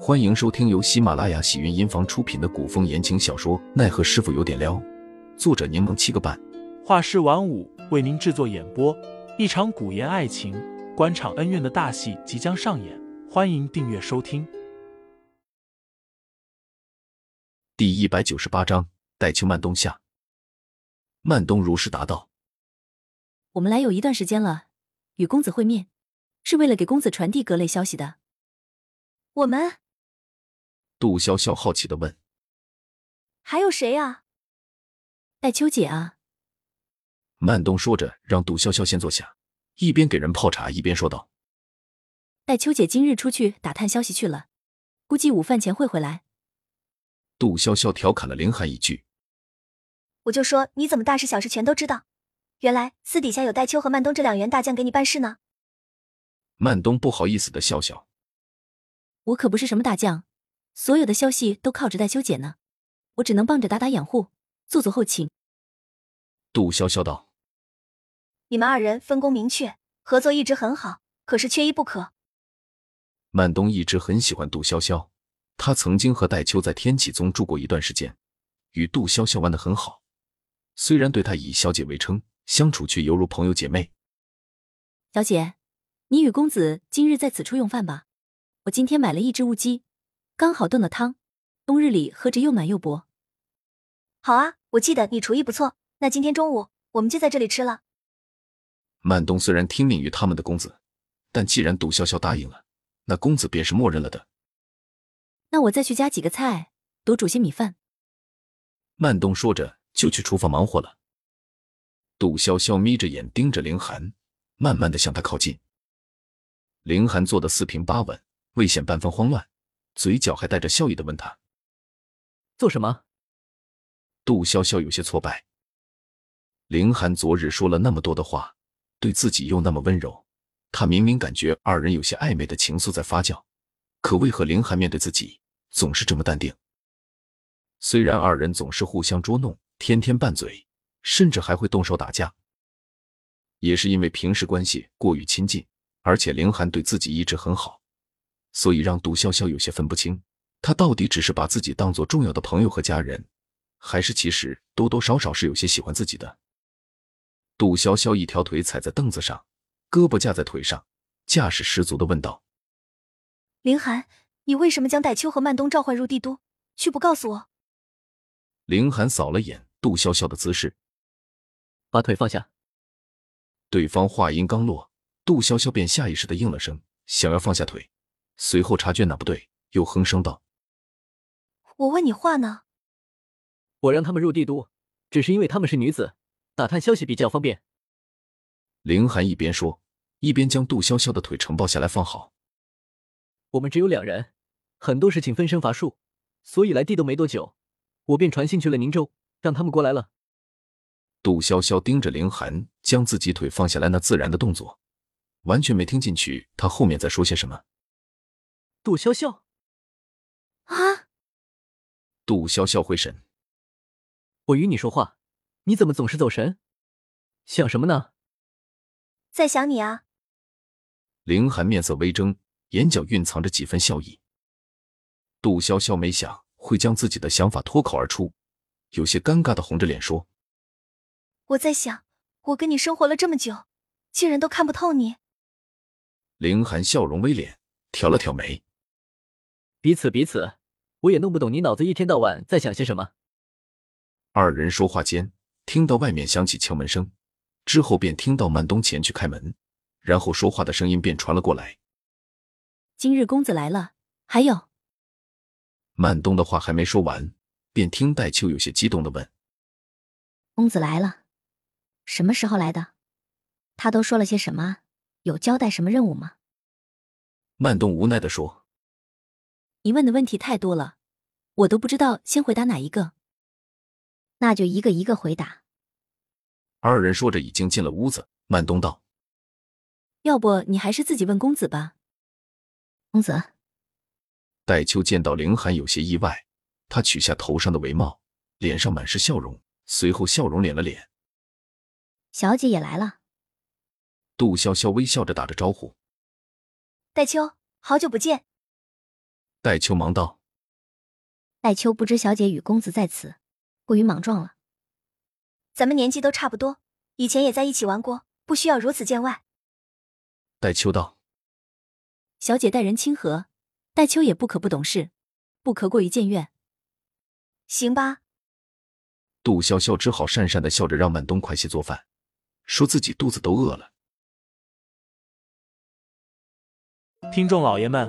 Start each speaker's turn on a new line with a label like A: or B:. A: 欢迎收听由喜马拉雅喜云音房出品的古风言情小说《奈何师傅有点撩》，作者柠檬七个半，
B: 画师晚舞为您制作演播。一场古言爱情、官场恩怨的大戏即将上演，欢迎订阅收听。
A: 第一百九十八章，带秋曼东下。曼东如实答道
C: 我们来有一段时间了，与公子会面，是为了给公子传递各类消息的。我们：“
A: 杜潇潇好奇的问，
C: 还有谁啊？戴秋姐啊，
A: 曼东说着让杜潇潇先坐下，一边给人泡茶一边说道
C: 戴秋姐今日出去打探消息去了，估计午饭前会回来。：‘
A: 杜潇潇调侃了凌寒一句，
D: 我就说你怎么大事小事全都知道？原来私底下有戴秋和曼东这两员大将给你办事呢。
A: 曼东不好意思的笑笑。
C: 我可不是什么大将，所有的消息都靠着戴秋姐呢，我只能帮着打打掩护，做做后勤。
A: 杜潇潇道
D: 你们二人分工明确，合作一直很好，可是缺一不可。：‘
A: 曼东一直很喜欢杜潇潇，他曾经和戴秋在天启宗住过一段时间，与杜潇潇玩的很好，虽然对她以小姐为称，相处却犹如朋友姐妹。’
C: 小姐，你与公子今日在此处用饭吧，我今天买了一只乌鸡，刚好炖了汤，冬日里喝着又暖又薄。
D: 好啊，我记得你厨艺不错，那今天中午我们就在这里吃了。
A: 曼东虽然听命于他们的公子，但既然杜潇潇答应了，那公子便是默认了的。
C: 那我再去加几个菜，多煮些米饭。
A: 曼东说着就去厨房忙活了。杜潇潇眯着眼盯着凌寒，慢慢的向他靠近。凌寒坐得四平八稳，未显半分慌乱，嘴角还带着笑意的问他。
E: 做什么？
A: 杜潇潇有些挫败。凌寒昨日说了那么多的话，对自己又那么温柔，他明明感觉二人有些暧昧的情愫在发酵，可为何凌寒面对自己总是这么淡定？虽然二人总是互相捉弄，天天拌嘴，甚至还会动手打架，也是因为平时关系过于亲近，而且凌寒对自己一直很好，所以让杜潇潇有些分不清，他到底只是把自己当做重要的朋友和家人，还是其实多多少少是有些喜欢自己的。杜潇潇一条腿踩在凳子上，胳膊架在腿上，架势十足的问道
D: 凌寒，你为什么将戴秋和曼东召唤入帝都，却不告诉我？：“
A: 凌寒扫了眼杜潇潇的姿势，
E: 把腿放下。
A: 对方话音刚落，杜潇潇便下意识的应了声，想要放下腿，随后察觉哪不对，又哼声道
D: 我问你话呢。
E: 我让他们入帝都，只是因为他们是女子，打探消息比较方便。：‘
A: 凌寒一边说，一边将杜潇潇的腿承抱下来放好。
E: 我们只有两人，很多事情分身乏术，所以来帝都没多久，我便传信去了宁州，让他们过来了。’
A: 杜潇潇盯着凌寒将自己腿放下来那自然的动作，完全没听进去他后面在说些什么。
E: 杜潇潇，
D: 啊，
A: 杜潇潇回神，
E: 我与你说话，你怎么总是走神？想什么呢？
D: 在想你啊。
A: 凌寒面色微怔，眼角蕴藏着几分笑意。杜潇潇没想会将自己的想法脱口而出，有些尴尬的红着脸说
D: 我在想，我跟你生活了这么久，竟然都看不透你。：“
A: 凌寒笑容微敛，挑了挑眉。
E: 彼此彼此，我也弄不懂你脑子一天到晚在想些什么。”
A: 二人说话间，听到外面响起敲门声，之后便听到曼东前去开门，然后说话的声音便传了过来。
C: 今日公子来了，还有
A: 曼东的话还没说完，便听戴秋有些激动的问
C: 公子来了，什么时候来的？他都说了些什么？有交代什么任务吗？：“
A: 曼东无奈的说，
C: 你问的问题太多了，我都不知道先回答哪一个。那就一个一个回答，
A: 二人说着已经进了屋子。”曼东道
C: 要不你还是自己问公子吧。公子，：“
A: 戴秋见到凌寒有些意外，他取下头上的帷帽，脸上满是笑容，随后笑容敛了敛。
C: 小姐也来了。
A: 杜潇潇微笑着打着招呼，
D: 戴秋，好久不见。
A: 戴秋忙道
C: 戴秋不知小姐与公子在此，过于莽撞了。
D: 咱们年纪都差不多，以前也在一起玩过，不需要如此见外。：“
A: 戴秋道，
C: 小姐待人亲和，戴秋也不可不懂事，不可过于见怨。
D: 行吧，
A: 杜潇潇只好讪讪的笑着让曼东快些做饭，说自己肚子都饿了。”
B: 听众老爷们，